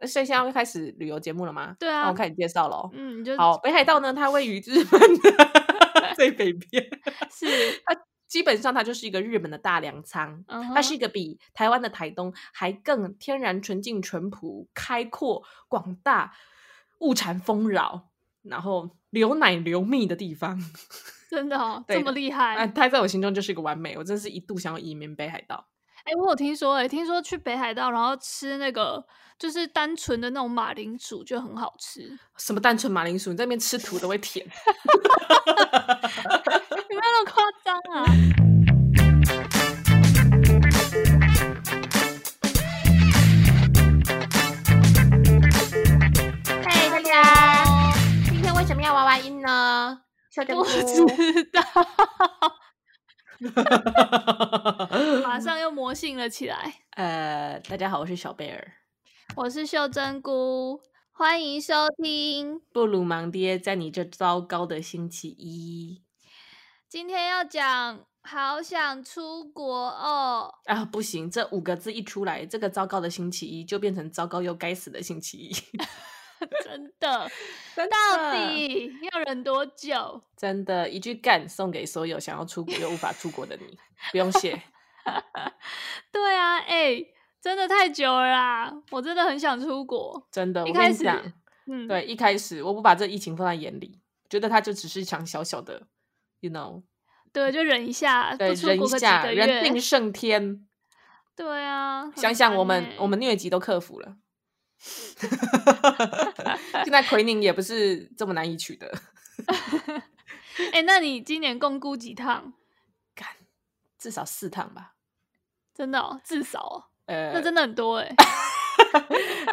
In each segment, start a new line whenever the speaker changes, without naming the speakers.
呃所以现在要开始旅游节目了吗？
对
那
啊
我，开始介绍喽。
嗯，你就
好，北海道呢，它位于日本的 最北边，
是，
它基本上它就是一个日本的大粮仓。
嗯
它
哼
是一个比台湾的台东还更天然、纯净、淳朴、开阔、广大、物产丰饶，然后流奶流蜜的地方。
真的哦，
对
这么
的
厉
那
害。
它在我心中就是一个完美，我真是一度想要移民北海道。
哎、我有听说、哎，听说去北海道，然后吃那个就是单纯的那种马铃薯就很好吃。有
什么单纯马铃薯，你在那边吃土都会甜。
没有那么夸张啊？
嗨，大家，今天为什么要娃娃音呢？小
不知道，马 上又魔性了起来。
呃，大家好，我是小贝尔。
我是秀珍菇，欢迎收听。
布鲁盲爹在你这糟糕的星期一
今天要讲，好想出国哦。
啊，不行，这五个字一出来，这个糟糕的星期一就变成糟糕又该死的星期一。
真的，
真
到
的
底要忍多久？
真的，一句干送给所有想要出国又无法出国的你，不用谢。
对啊，哎、真的太久了啦，我真的很想出国。
真的，
一
我跟
开
你
始
讲，
嗯，，
对，一开始我不把这疫情放在眼里，觉得他就只是想小小的，you know，
对，就忍一下，
对，
不出
忍一
国个几
下，
个
人定
月。
胜天。
对啊，很
想想
烦
我们
欸
我们疟疾都克服 了，现在奎宁也不是这么难以取得，
哎、那你今年共估几趟？
至少四趟吧。
真的、哦，至少、哦，
呃
那真的很 多哎、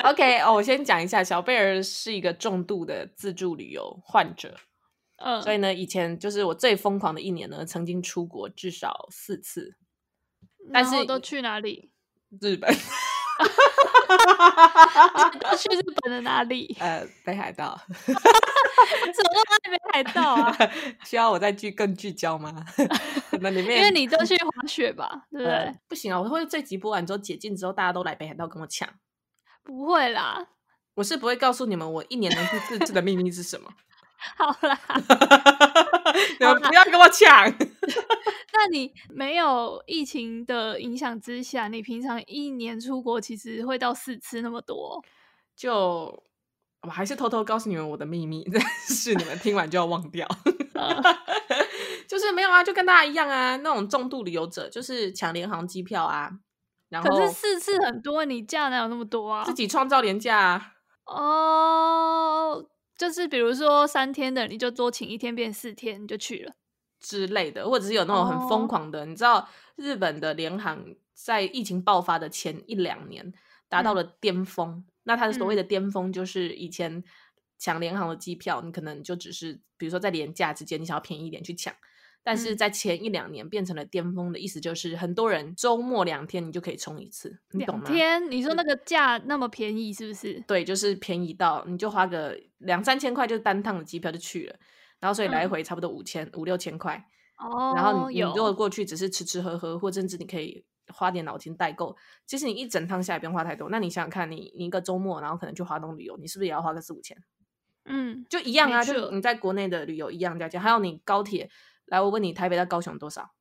，OK 哦，我先讲一下，小贝儿是一个重度的自助旅游患者，
嗯，
所以呢，以前就是我最疯狂的一年呢，曾经出国至少四次，但
然后
是
都去哪 里？
日本，？
都去日本的哪里
呃，北海道。
怎么都在北海道啊？
需要我再聚更聚焦吗？ 可能里面
因为你都去滑雪吧，对不对？
呃不行啊，我会这集播完之后解禁之后，大家都来北海道跟我抢。
不会啦，
我是不会告诉你们我一年能去四次的秘密是什么，
好啦，
你们不要跟我抢。
那你没有疫情的影响之下，你平常一年出国其实会到四次那么多，哦
就我还是偷偷告诉你们我的秘密，但是你们听完就要忘掉。
呃
就是没有啊，就跟大家一样啊，那种重度旅游者就是抢联航机票啊，然后
可是四次很多，你假哪有那么多啊
自？己创造廉价啊。
哦。就是比如说三天的，你就多请一天变四天，你就去了。
之类的，或者是有那种很疯
哦
狂的。你知道日本的联航在疫情爆发的前一两年达到
嗯
了巅峰，那它的所谓
嗯
的巅峰就是以前抢联航的机票，你可能就只是比如说在廉价之间，你想要便宜一点去抢。但是
嗯
在前一两年变成了巅峰的意思，就是很多人周末两天你就可以冲一次，你懂
两
吗？嗯
天，你说那个价那么便宜，是不是？
对，就是便宜到你就花个两三千块，就是单趟的机票就去了，然后所以来
嗯
回差不多五千五六千块，
哦，
然后你你
有
如果过去只是吃吃喝喝，或甚至你可以花点脑筋代购，其实你一整趟下来不用花太多。那你想想看，你你一个周末，然后可能去华东旅游，你是不是也要花个四五千？
嗯，
就一样
没
啊，就
错
你在国内的旅游一样价钱，还有你高铁。来，我问你，台北到高雄多少？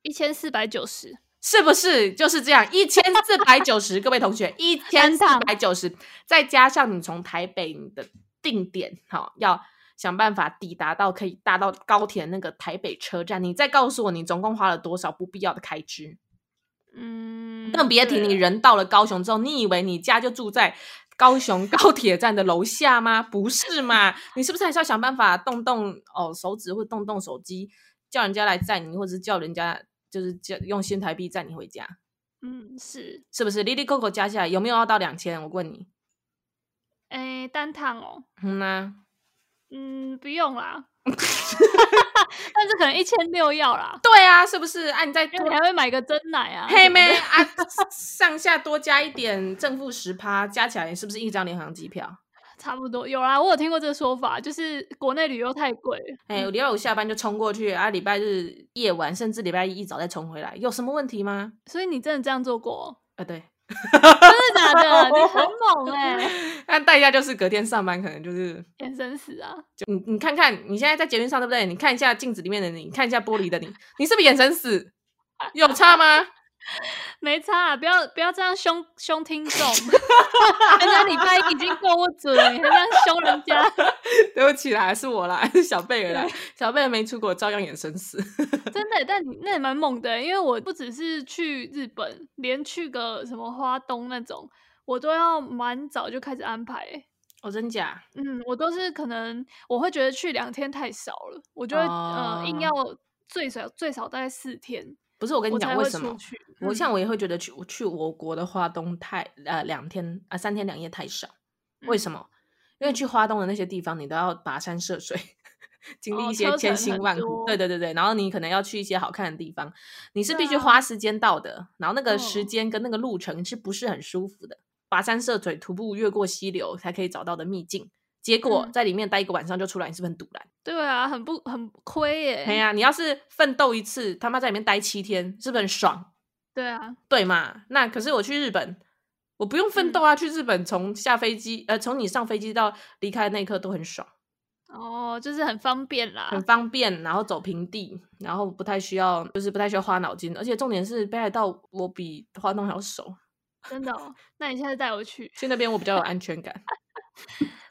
一千四百九十，
是不是就是这样？一千四百九十，各位同学，一千四百九十，再加上你从台北你的定点，好、要想办法抵达到可以搭到高铁那个台北车站，你再告诉我你总共花了多少不必要的开支。
嗯，
更别提
对
你
了
人到了高雄之后，你以为你家就住在高雄 高铁站的楼下吗？不是嘛？你是不是还是要想办法动动哦手指或动动手机，叫人家来载你，或者是叫人家就是叫用新台币载你回家，
嗯，是，
是不是？Lily Coco 加起来有没有要到两千？我问你，
哎，单趟哦，
嗯呐、
嗯，不 用啦，但是可能一千六要啦，
对啊，是不是？啊，你再
因为
多
你还会买个真奶啊，
黑
什么
妹
的，
啊，上下多加一点正负十趴，加起来是不是一张联航机票？
差不多有啦，我有听过这个说法，就是国内旅游太贵了，
哎、礼拜五下班就冲过去，啊，礼拜日夜晚甚至礼拜一一早再冲回来，有什么问题吗？
所以你真的这样做过哦？
啊，对，
真的假的？你很猛哎、
但代价就是隔天上班可能就是
眼神死啊！
就你你看看你现在在捷运上对不对？你看一下镜子里面的你，看一下玻璃的你，你是不是眼神死？有差吗？
没差、啊，不要不要这样凶凶 听众，人家礼拜一已经够不准了，你还这样凶人家，
对不起啦，是我啦， 是小贝儿啦，小贝儿没出国照样眼神死。
真的，但你那也蛮猛的，因为我不只是去日本，连去个什么花东那种，我都要蛮早就开始安排。欸
哦，真假？
嗯，我都是可能我会觉得去两天太少了，我就会、
哦
呃硬要最少最少大概四天。
不是我跟你
我才
讲
会
为什么
出？去。
我
嗯
像我也会觉得去去我国的花东太呃两天啊、三天两夜太少，为什
嗯
么？因为去花东的那些地方，你都要跋山涉水， 经历
哦
一些
车
千
程
辛
很
万苦。对
多
对对对，然后你可能要去一些好看的地方，你是
对
必须
啊
花时间到的，然后那个时
嗯
间跟那个路程是不是很舒服的？跋山涉水，徒步越过溪流才可以找到的秘境。结果
嗯
在里面待一个晚上就出来，你是不是很堵然？
对啊，很不很亏欸耶、
哎呀、你要是奋斗一次，他妈在里面待七天，是不是很爽？
对啊，
对嘛？那可是我去日本，我不用奋斗啊！去日本从下飞机，呃，从你上飞机到离开的那一刻都很爽，
哦，就是很方便啦。
很方便，然后走平地，然后不太需要，就是不太需要花脑筋，而且重点是北海道我比花东还要熟，
真的、哦，那你下次带我去，
去那边我比较有安全 感。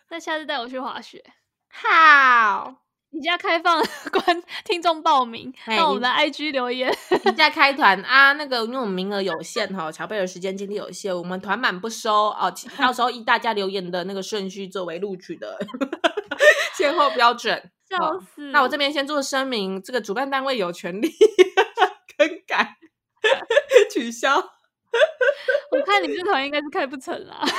那下次带我去滑雪。
好，
你家开放 观听众报名，
哎
到我
你
们的 IG 留言。
现在开团啊，那个因为我们名额有限哈，乔贝尔时间精力有限，我们团满不收哦，请到时候依大家留言的那个顺序作为录取的 先后标准。
笑
好
死！
嗯那我这边先做声明，这个主办单位有权利 更改、取消。
我看你们这团应该是开不成啦。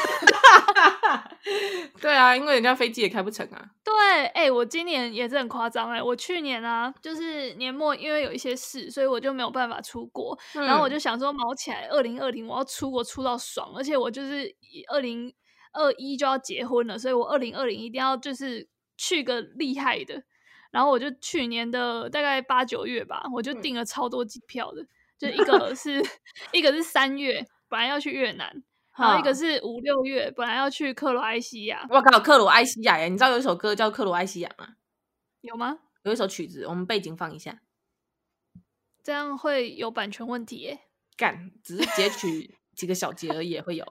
对啊，因为人家飞机也开不成啊。
对，哎、我今年也是很夸张哎，我去年啊，就是年末因为有一些事，所以我就没有办法出国。然后我
嗯
就想说，毛起来，二零二零我要出国出到爽，而且我就是二零二一就要结婚了，所以我二零二零一定要就是去个厉害的。然后我就去年的大概八九月吧，我就
嗯
订了超多机票的，就一 个是一个是三月，本来要去越南，然后一个
哈，
是五六月，本来要去克罗埃西亚，
我靠，克罗埃西亚耶！你知道有一首歌叫《克罗埃西亚》吗？
有吗？
有一首曲子，我们背景放一下。
这样会有版权问题耶、
干，只是截取几个小节而已，也会有。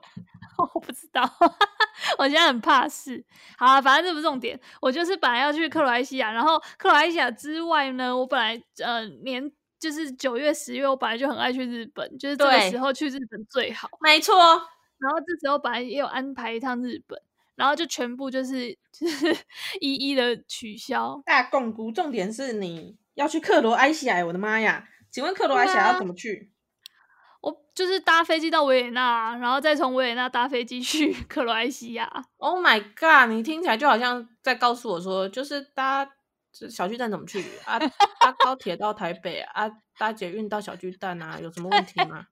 我不知道， 我现在很怕事。好啊、反正这不是重点。我就是本来要去克罗埃西亚，然后克罗埃西亚之外呢，我本来呃年就是九月、十月，我本来就很爱去日本，就是这个
对
时候去日本最好。
没错，
然后这时候本来也有安排一趟日本，然后就全部就是 就是一一的取消。
大共估，重点是你要去克罗埃西亚耶，我的妈呀！请问克罗埃西亚要怎么去？
我就是搭飞机到维也纳，然后再从维也纳搭飞机去 克罗埃西亚。
Oh my god！你听起来就好像在告诉我说，就是搭这小巨蛋怎么去啊？搭高铁到台北啊？搭捷运到小巨蛋啊？有什么问题 吗？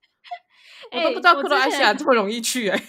我都不
欸
知道克罗
之
埃西亚
前
这么容易去哎、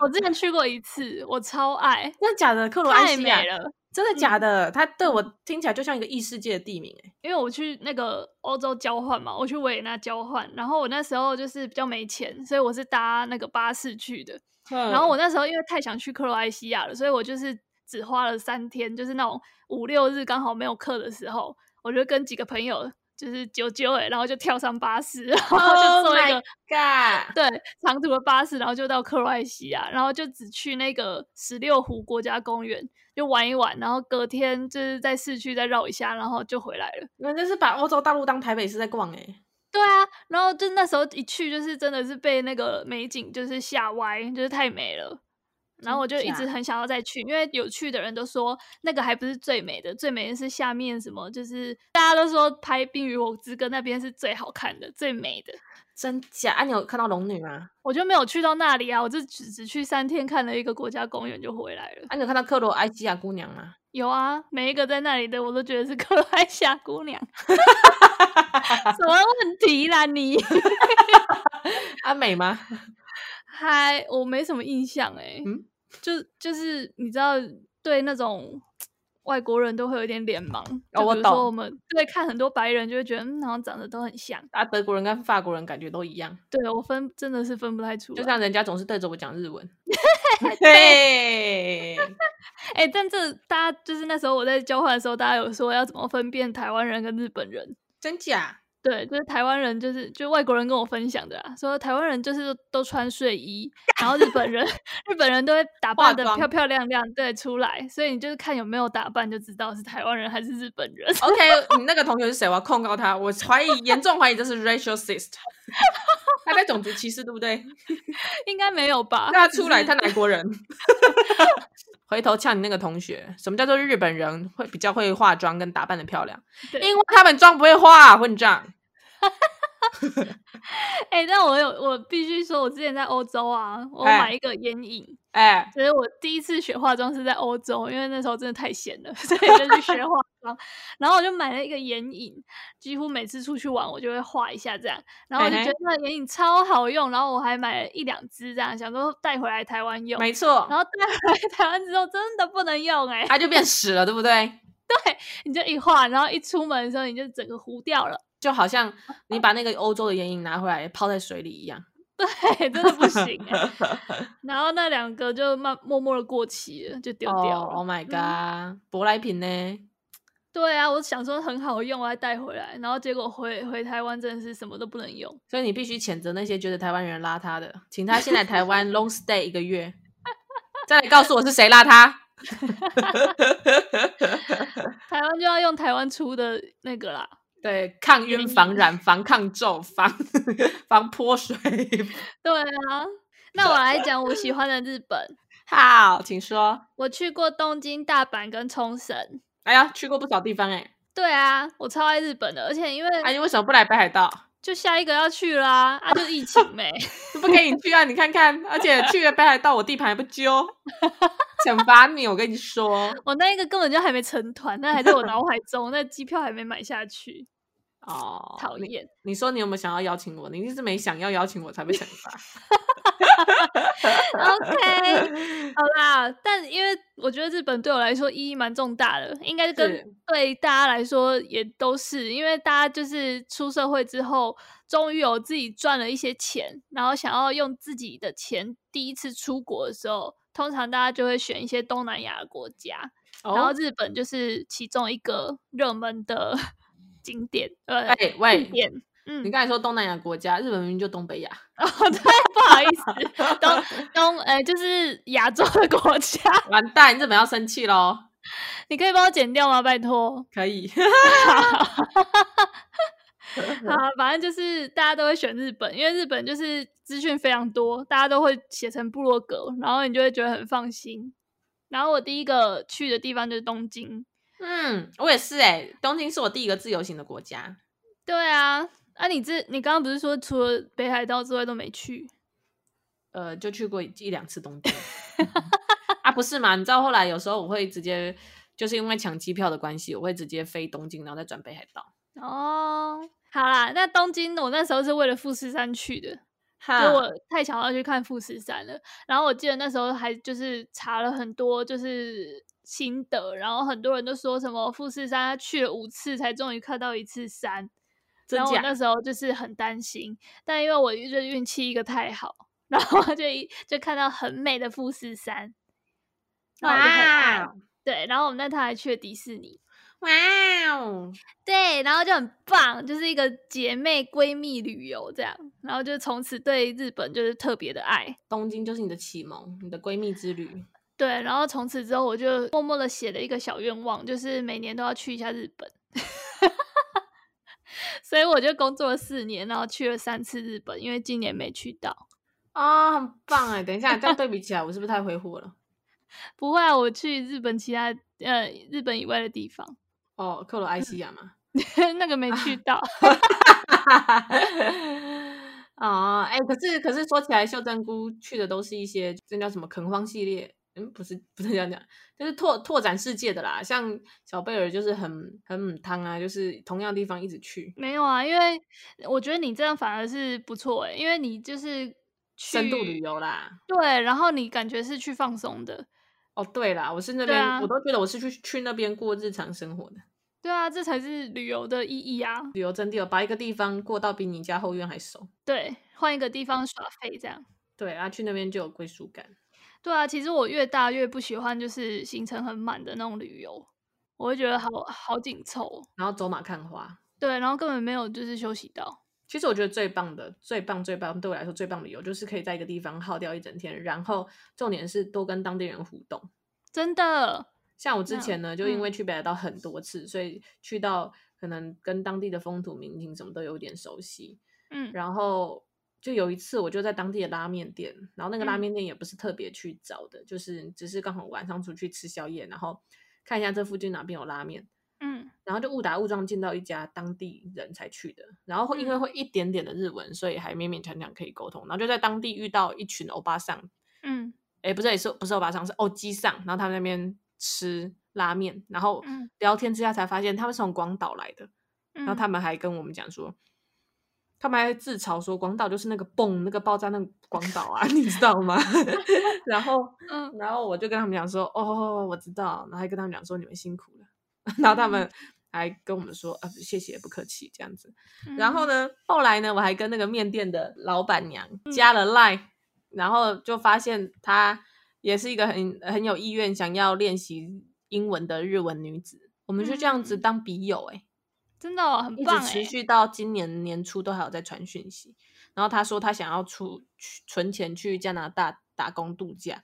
我之前去过一次，我超爱，
真的假的？克罗埃
太
西亚
美了。嗯
真的假的？它对我听起来就像一个异世界的地名哎、
因为我去那个欧洲交换嘛，我去维也纳交换，然后我那时候就是比较没钱，所以我是搭那个巴士去的。
嗯
然后我那时候因为太想去克罗埃西亚了，所以我就是只花了三天，就是那种五六日刚好没有课的时候，我就跟几个朋友就是揪揪哎，然后就跳上巴士，然后就
Oh
坐一
my
个
god！
对长途的巴士，然后就到克罗埃西亚，然后就只去那个十六湖国家公园就玩一玩，然后隔天就是在市区再绕一下，然后就回来了。
你们这是把欧洲大陆当台北市在逛哎、
对啊，然后就那时候一去，就是真的是被那个美景就是吓歪，就是太美了。然后我就
真
一直
假
很想要再去，因为有去的人都说那个还不是最美的，最美的是下面什么，就是大家都说拍《冰与火之歌》那边是最好看的、最美的。
真假？啊，你有看到龙女吗？
我就没有去到那里啊，我就只只去三天看了一个国家公园就回来了。
啊，你有看到克罗埃西亚姑娘吗？
有啊，每一个在那里的我都觉得是 克罗埃西亚姑娘， 什么问题啦你？
啊，美吗？
嗨，我没什么印象哎、
嗯
就就是你知道，对那种外国人都会有点脸盲。就
哦我
比如说
懂
我们对看很多白人就会觉得，嗯，好像长得都很像。
啊，德国人跟法国人感觉都一样。
对我分真的是分不太出来。
就像人家总是对着我讲日文。
对
对
哎、但这大家就是那时候我在交换的时候，大家有说要怎么分辨台湾人跟日本人。
真假？
对，就是台湾人，就是就外国人跟我分享的啦，说台湾人就是都穿睡衣，然后日本人 日本人都会打
化
扮的
妆
漂漂亮亮，对，出来，所以你就是看有没有打扮就知道是台湾人还是日本人。
OK，你那个同学是谁？我要控告他，我怀疑，严重怀疑这是 racial cyst，他在种族歧视，对不对？
应该没有吧？
那他出
只
来，
啊是
他哪国 人？ 回头呛你那个同学，什么叫做日本人会比较会化妆跟打扮的漂亮？
对
因为他们妆不会化，混账！
哎、但我有我必须说，我之前在欧洲啊，我
哎
买一个眼影，
哎，
所以我第一次学化妆是在欧洲，因为那时候真的太闲了， 所以就去学化妆。然后我就买了一个眼影，几乎每次出去玩我就会画一下这样。然后我就
嘿嘿
觉得那个眼影超好用，然后我还买了一两支这样，想说带回来台湾用。
没错，
然后带回来台湾之后真的不能用哎、
他就变屎了，对不对？
你就一画，然后一出门的时候你就整个糊掉了，
就好像你把那个欧洲的眼影拿回来泡在水里一样。
对，真的不行哎、然后那两个就慢默默的过期了，就丢掉
哦
了。
，Oh my
嗯
god，舶来品呢？
对啊，我想说很好用，我还带回来，然后结果回回台湾真的是什么都不能用。
所以你必须谴责那些觉得台湾人邋遢的，请他先来台 湾 long stay 一个月，再来告诉我是谁邋遢。
台湾就要用台湾出的那个啦，
对，抗
原
晕、
因
防染、防抗皱、防 防泼水。
对啊。那我来讲我喜欢的日本，
好，请说。
我去过东京、大阪跟冲绳。
哎呀，去过不少地方哎、
对啊，我超爱日本的，而且因为
哎，你为什么不来北海道？
就下一个要去啦，啊，就疫情没，
就不给你去啊！你看看，而且去了北海道，我地盘还不揪，惩罚你！我跟你说
我那一个根本就还没成团，那还在我脑海中，那机票还没买下去，
哦，
讨
你。
厌。
你说你有没有想要邀请我？你一直没想要邀请我才被惩罚。
OK，好啦，但因为我觉得日本对我来说意义蛮重大的，应该
是
跟对大家来说也都是，因为大家就是出社会之后，终于有自己赚了一些钱，然后想要用自己的钱第一次出国的时候，通常大家就会选一些东南亚的国家，然后
哦，
日本就是其中一个热门的 景点，呃
哎，、喂
地，点。嗯
你，刚才说东南亚国家，日本明明就东北亚。
哦，对，不好意思， 东东，呃，就是亚洲的国家，
完蛋，日本要生气喽！
你可以帮我剪掉吗？拜托。
可以，
好，反正就是大家都会选日本，因为日本就是资讯非常多，大家都会写成部落格，然后你就会觉得很放心。然后我第一个去的地方就是东京。
嗯，我也是哎、东京是我第一个自由行的国家。
对啊，啊你这你刚刚不是说除了北海道之外都没去？
呃，就去过一一两次东京 啊，不是嘛？你知道后来有时候我会直接，就是因为抢机票的关系，我会直接飞东京，然后再转北海道。
哦，好啦，那东京我那时候是为了富士山去的，
哈
就我太想要去看富士山了。然后我记得那时候还就是查了很多就是心得，然后很多人都说什么富士山他去了五次才终于看到一次山，
真
然后我
假
那时候就是很担心，但因为我就运气一个太好，然后就一就看到很美的富士山，然后我就很爱
哇。
对，然后我们那趟还去了迪士尼，
哇哦，
对，然后就很棒，就是一个姐妹闺蜜旅游这样，然后就从此对日本就是特别的爱。
东京就是你的启蒙，你的闺蜜之旅。
对，然后从此之后，我就默默的写了一个小愿望，就是每年都要去一下日本。 所以我就工作了四年，然后去了三次日本，因为今年没去到。
哦，很棒哎！等一下，这样对比起来，我是不是太挥霍了？
不会啊，我去日本其他呃日本以外的地方，
哦， 克罗埃西亚嘛，
那个没去 到。
哈哈， 啊，哎，可是可是说起来，秀珍菇去的都是一些这叫什么垦荒系列，嗯，不是不是这样讲，就是拓拓展世界的啦。像小贝尔就是很很母汤啊，就是同样地方一直去，
没有啊，因为我觉得你这样反而是不错诶、欸因为你就是去
深度旅游啦。
对，然后你感觉是去放松的。
哦，对啦，我是那
对
边，
啊
我都觉得我是去去那边过日常生活的。
对啊，这才是旅游的意义啊！
旅游真的有把一个地方过到比你家后院还熟。
对，换一个地方耍废这样。
对啊，去那边就有归属感。
对啊，其实我越大越不喜欢就是行程很满的那种旅游，我会觉得好
嗯
好紧凑，
然后走马看花。
对，然后根本没有就是休息到。
其实我觉得最棒的、最棒、最棒，对我来说最棒的理由就是可以在一个地方耗掉一整天，然后重点是多跟当地人互动。
真的，
像我之前呢，就因为
嗯
去北海道很多次，所以去到可能跟当地的风土民情什么都有点熟悉。
嗯，
然后就有一次，我就在当地的拉面店，然后那个拉
嗯
面店也不是特别去找的，就是只是刚好晚上出去吃宵夜，然后看一下这附近哪边有拉面，
嗯，
然后就误打误撞进到一家当地人才去的，然后会因为
嗯
会一点点的日文，所以还勉勉强强可以沟通，然后就在当地遇到一群欧巴桑，
嗯，
哎，不是，也是不是欧巴桑，是欧基桑，然后他们那边吃拉面，然后
嗯
聊天之下才发现他们是从广岛来的，
然
然后他们还跟我们讲说，他们还自嘲说广岛就是那个蹦那个爆炸那个广岛啊， 你知道吗？然后，
嗯，
然后我就跟他们讲说，哦，我知道，然后还跟他们讲说你们辛苦了， 然后他们还跟我们说，啊，谢谢，不客气，这样子。然后
呢？
呢，后来呢，我还跟那个面店的老板娘加了 line，、然后就发现她也是一个很很有意愿想要练习英文的日文女子。我们就这样子
嗯
当笔友、欸，
真的哦、很
一
棒
直
哎、
持续到今年年初都还有在传讯息。然后他说他想要出去存钱去加拿大打工度假，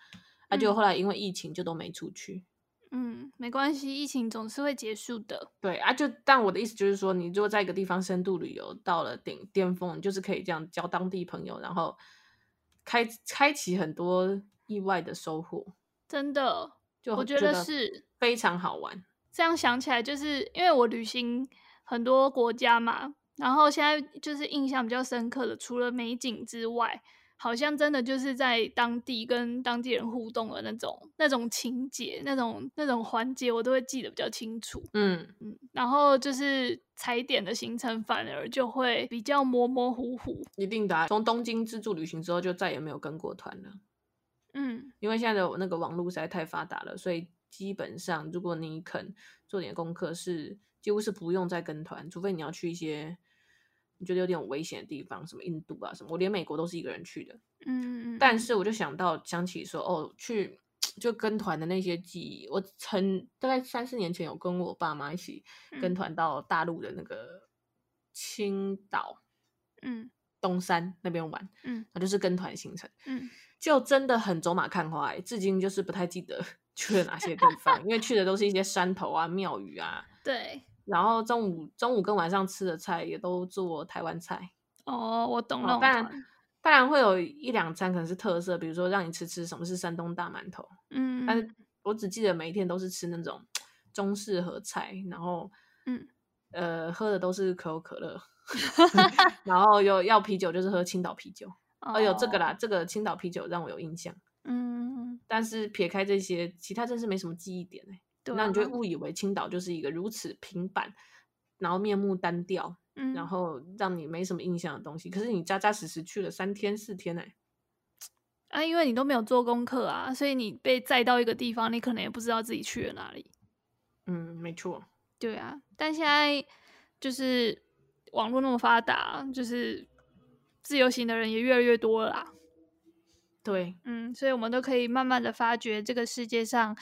他、就
嗯
后来因为疫情就都没出去。
嗯，没关系，疫情总是会结束的。
对啊就，但我的意思就是说，你如果在一个地方深度旅游到了顶巅峰，你就是可以这样交当地朋友，然后开开启很多意外的收获，
真的，
就
我
觉
觉得是
非常好玩。
这样想起来，就是因为我旅行很多国家嘛，然后现在就是印象比较深刻的，除了美景之外，好像真的就是在当地跟当地人互动的那种那种情节、那种那种环节，我都会记得比较清楚。
嗯，
嗯，然后就是踩点的行程反而就会比较模模糊糊。
一定的啊、从东京自助旅行之后，就再也没有跟过团了。
嗯
因为现在的那个网络实在太发达了，所以基本上如果你肯做点功课是，几乎是不用再跟团，除非你要去一些你觉得有点危险的地方，什么印度啊什么。我连美国都是一个人去的，
嗯，嗯
但
嗯
是我就想到想起说，哦，去就跟团的那些记忆，我曾大概三四年前有跟我爸妈一起跟
嗯
团到大陆的那个青岛
嗯
东山那边玩，
嗯
那就是跟团行程。
嗯
就真的很走马看花、欸，至今就是不太记得 去了哪些地方，因为去的都是一些山头啊、庙宇啊，
对。
然后中午中午跟晚上吃的菜也都做台湾菜，
哦，我懂
哦
那种，
当然
团
当然会有一两餐可能是特色，比如说让你吃吃什么是山东大馒头，
嗯，
但
嗯
是我只记得每一天都是吃那种中式和菜，然后
嗯
呃喝的都是可口可 乐，然后有要啤酒就是喝青岛啤酒，
哦
哦有这个啦，，这个青岛啤酒让我有印象。
嗯，
但是撇开这些，其他真是没什么记忆点哎、
对啊，
那你就会误以为青岛就是一个如此平板，然后面目单调，
嗯，
然后让你没什么印象的东西。可是你扎扎实实去了三天四天哎、
啊，因为你都没有做功课啊，所以你被载到一个地方，你可能也不知道自己去了哪里。
嗯，没错，
对啊，但现在就是网络那么发达，就是自由行的人也越来越多了啦。
对，
嗯，所以我们都可以慢慢的发掘这个世界上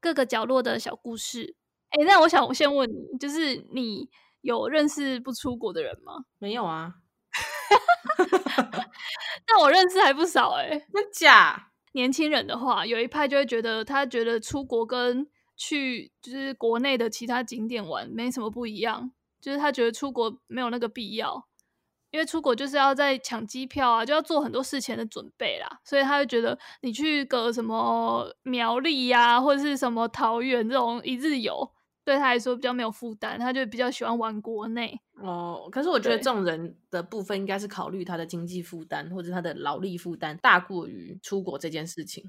各个角落的小故事。哎，那我想先问你，就是你有认识不出国的人吗？
没有啊，
但我认识还不少哎、
真假？
年轻人的话，有一派就会觉得他觉得出国跟去就是国内的其他景点玩没什么不一样，就是他觉得出国没有那个必要，因为出国就是要在抢机票啊，就要做很多事前的准备啦，所以他就觉得你去个什么苗栗呀、或者是什么桃园这种一日游，对他来说比较没有负担，他就比较喜欢玩国内。
哦，可是我觉得
对
这种人的部分应该是考虑他的经济负担或者他的劳力负担大过于出国这件事情。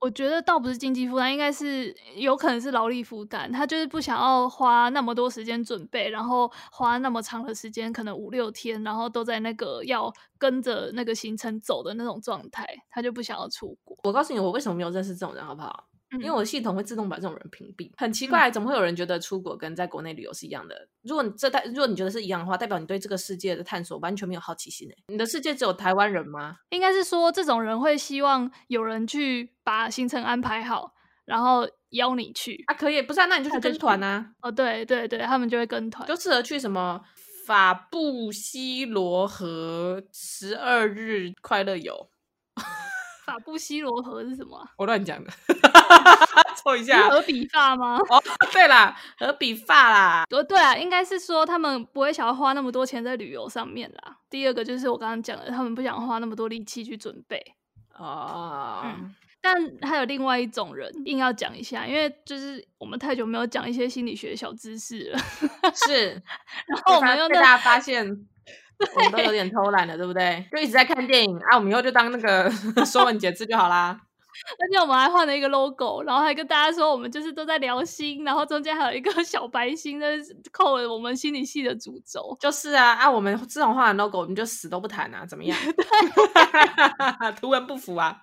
我觉得倒不是经济负担，应该是有可能是劳力负担。他就是不想要花那么多时间准备，然后花那么长的时间，可能五六天，然后都在那个要跟着那个行程走的那种状态，他就不想要出国。
我告诉你，我为什么没有认识这种人，好不好？因为我的系统会自动把这种人屏蔽。很奇怪，怎么会有人觉得出国跟在国内旅游是一样的？如果你这代，如果你觉得是一样的话，代表你对这个世界的探索完全没有好奇心诶、欸你的世界只有台湾人吗？
应该是说这种人会希望有人去把行程安排好，然后邀你去。
啊，可以，不是、啊，那你就去
那就
跟团啊，
哦，对对对，他们就会跟团。
就适合去什么法布西罗河十二日快乐游，
法布西罗河是什么啊、
我乱讲的， 凑一
是
下。
和比法吗？
哦，对啦，和比发啦，
哦，对啊，应该是说他们不会想要花那么多钱在旅游上面啦。第二个就是我刚刚讲的，他们不想花那么多力气去准备。
哦，
嗯但还有另外一种人，硬要讲一下，因为就是我们太久没有讲一些心理学小知识了，
是。
然
被
后我们
发
又
被
那
大家发现， 我们都有点偷懒了，对不对？就一直在看电影啊，我们以后就当那个 说文解字就好啦。
而且我们还换了一个 logo，然后还跟大家说我们就是都在聊心，然后中间还有一个 小白心，那是扣了我们心理系的主轴。
就是啊啊，我们自从画了 logo，我们就死都不谈啊，怎么样？ 图文不符啊，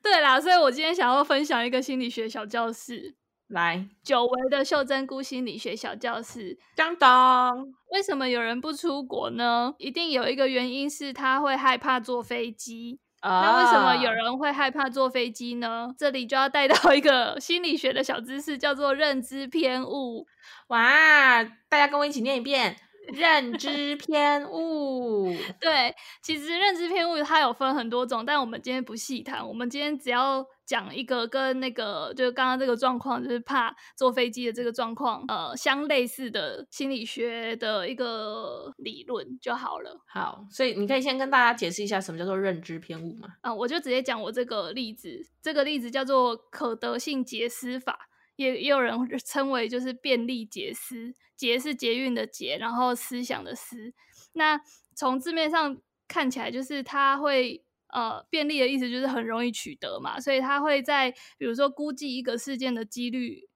对啦，所以我今天想要分享一个心理学小教室，
来，
久违的袖珍菇心理学小教室。
当当，
为什么有人不出国呢？一定有一个原因是他会害怕坐飞机。那为什么有
啊
人会害怕坐飞机呢？这里就要带到一个 心理学的小知识，叫做认知偏误。
呃哇？大家跟我一起念一遍。认知偏误，
对，其实认知偏误它有分很多种，但我们今天不细谈，我们今天只要讲一个跟那个就是刚刚这个状况，就是怕坐飞机的这个状况，呃，相类似的心理学的一个理论就好了。
好，所以你可以先跟大家解释一下什么叫做认知偏误嘛？
啊、我就直接讲我这个例子，这个例子叫做可得性捷思法，也也有人称为就是便利捷思，捷是捷运的捷，然后思想的思。那从字面上看起来，就是它会呃便利的意思就是很容易取得嘛，所以它会在比如说估计一个事件的几率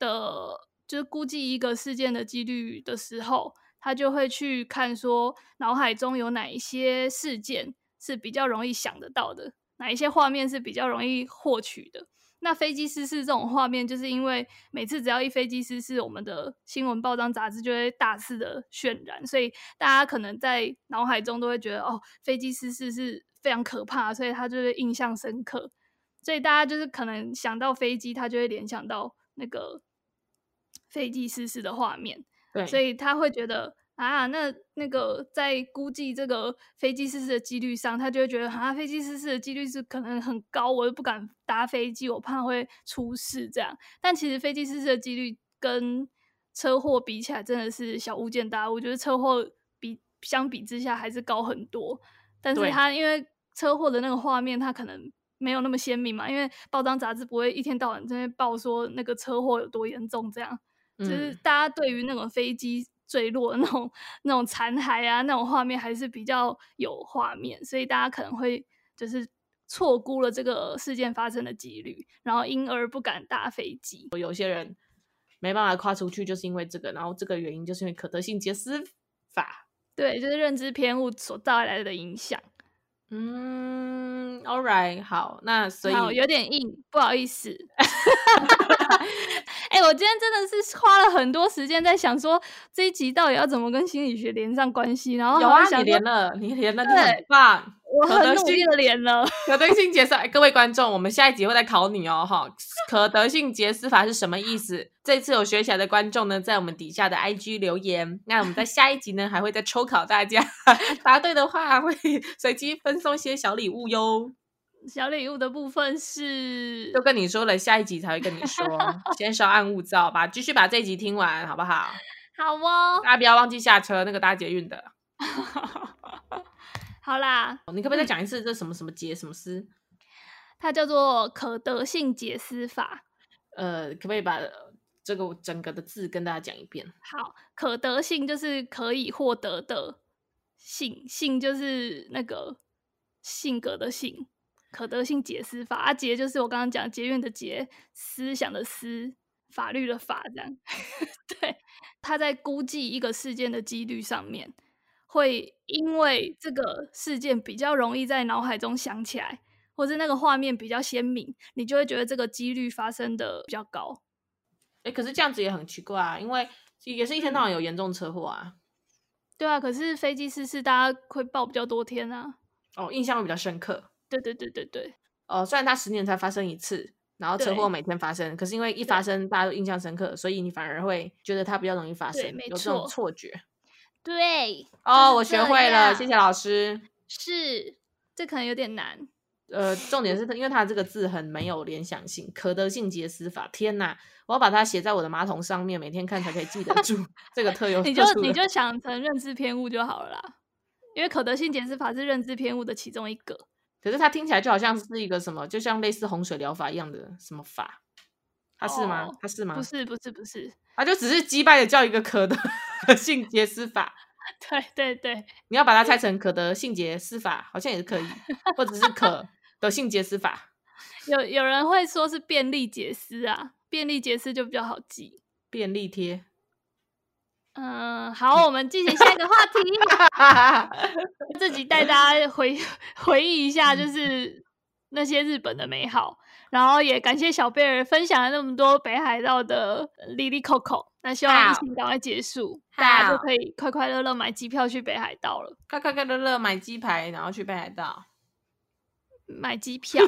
的，就是估计一个事件的几率的时候，他就会去看说脑海中有哪一些事件是比较容易想得到的，哪一些画面是比较容易获取的。那飞机失事这种画面，就是因为每次只要一飞机失事，我们的新闻报章杂志就会大肆的渲染，所以大家可能在脑海中都会觉得哦，飞机失事是非常可怕，所以他就会印象深刻。所以大家就是可能想到飞机，他就会联想到那个飞机失事的画面。
对，
所以他会觉得啊，那那个在估计这个飞机失事的几率上，他就会觉得啊，飞机失事的几率是可能很高，我又不敢搭飞机，我怕会出事这样。但其实飞机失事的几率跟车祸比起来，真的是小巫见大巫，就是车祸比相比之下还是高很多。但是
对
他因为车祸的那个画面，他可能。没有那么鲜明嘛，因为报章杂志不会一天到晚在那边报说那个车祸有多严重这样，就是
嗯、
大家对于那种飞机坠落的那种那种残骸啊那种画面还是比较有画面，所以大家可能会就是错估了这个事件发生的几率，然后因而不敢搭飞机。
没办法跨出去，就是因为这个，然后这个原因就是因为可得性杰斯法，
对，就是认知偏误所带来的影响。
嗯，All right，好，那所以
好，有点硬，不好意思。 哎、我今天真的是花了很多时间在想说这一集到底要怎么跟心理学连上关系，然后
有
好
啊，
好想
你
说
连了，你连了，你
对
很棒。
我
可
很
得
努
性
力的连了。
可得性结法，各位观众，我们下一集会再考你哦，哈。可得性结丝法是什么意思？这次有学起来的观众呢，在我们底下的 IG 留言。那我们在下一集呢，还会再抽考大家，答对的话会随机分送一些小礼物哟。
小礼物的部分是
都跟你说了，下一集才会跟你说，先稍安勿躁吧，继续把这一集听完，好不好？
好哦，
大家不要忘记下车，那个搭捷运的。
好啦，
你可不可以再讲一次这什么什么节什么诗？
它叫做可得性解思法。
呃，可不可以把这个整个的字跟大家讲一遍？
好，可得性就是可以获得的性，性就是那个性格的性，可得性解思法。啊，捷就是我刚刚讲捷运的捷，思想的思，法律的法，这样。 对，他在估计一个事件的几率上面，会因为这个事件比较容易在脑海中想起来，或是那个画面比较鲜明，你就会觉得这个几率发生的比较高。
哎、可是这样子也很奇怪啊，因为也是一天到晚有严重车祸啊。
对啊，可是飞机失事大家会报比较多天啊。
哦，印象会比较深刻。
对对对对对，
哦，虽然它十年才发生一次，然后车祸
对
每天发生，可是因为一发生大家都印象深刻，所以你反而会觉得它比较容易发
对
生，
没
有这种
错
错觉。
对，
哦，
是
我学
这
会了，
样
谢谢老师。
是这可能有点难。
呃，重点是它因为它这个字很没有联想性，可得性杰斯法，天哪！我要把它写在我的马桶上面，每天看才可以记得 住这个特有
你
特
就
殊
你
的
就想成认知偏误就好了啦，因为可得性解释法是认知偏误的其中一个。
可是它听起来就好像是一个什么，就像类似洪水疗法一样的什么法，它是吗？
哦
它是吗
不？是不是不是，
它就只是击败的叫一个可得 性杰斯法，
对对对，
你要把它拆成可得性杰斯法，好像也是可以，或者是 可得性杰斯法。
有有人会说是便利解释啊，便利解释就比较好记。
便利 贴，
嗯，好，我们进行下一个话题，自己带大家回 回忆一下，就是那些日本的美好。然后也感谢小贝儿分享了那么多北海道的呃哩哩扣扣。那希望疫
好
情赶快结束，大家就
好
可以快快乐乐买机票去北海道了。
快快快乐乐买鸡排，然后去北海道。
买 机票，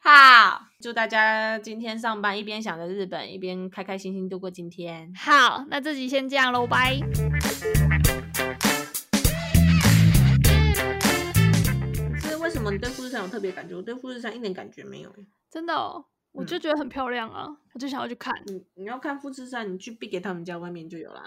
好，祝大家今天上班一边想着日本，一边开开心心度过今天。
好，那这集先这样喽，拜。
所以为什么你对富士山有特别感觉？我对富士山一点感觉没有耶。欸
真的、哦，我就
嗯
觉得很漂亮啊，我就想要去看。
你你要看富士山，你去避 给他们家外面就有啦。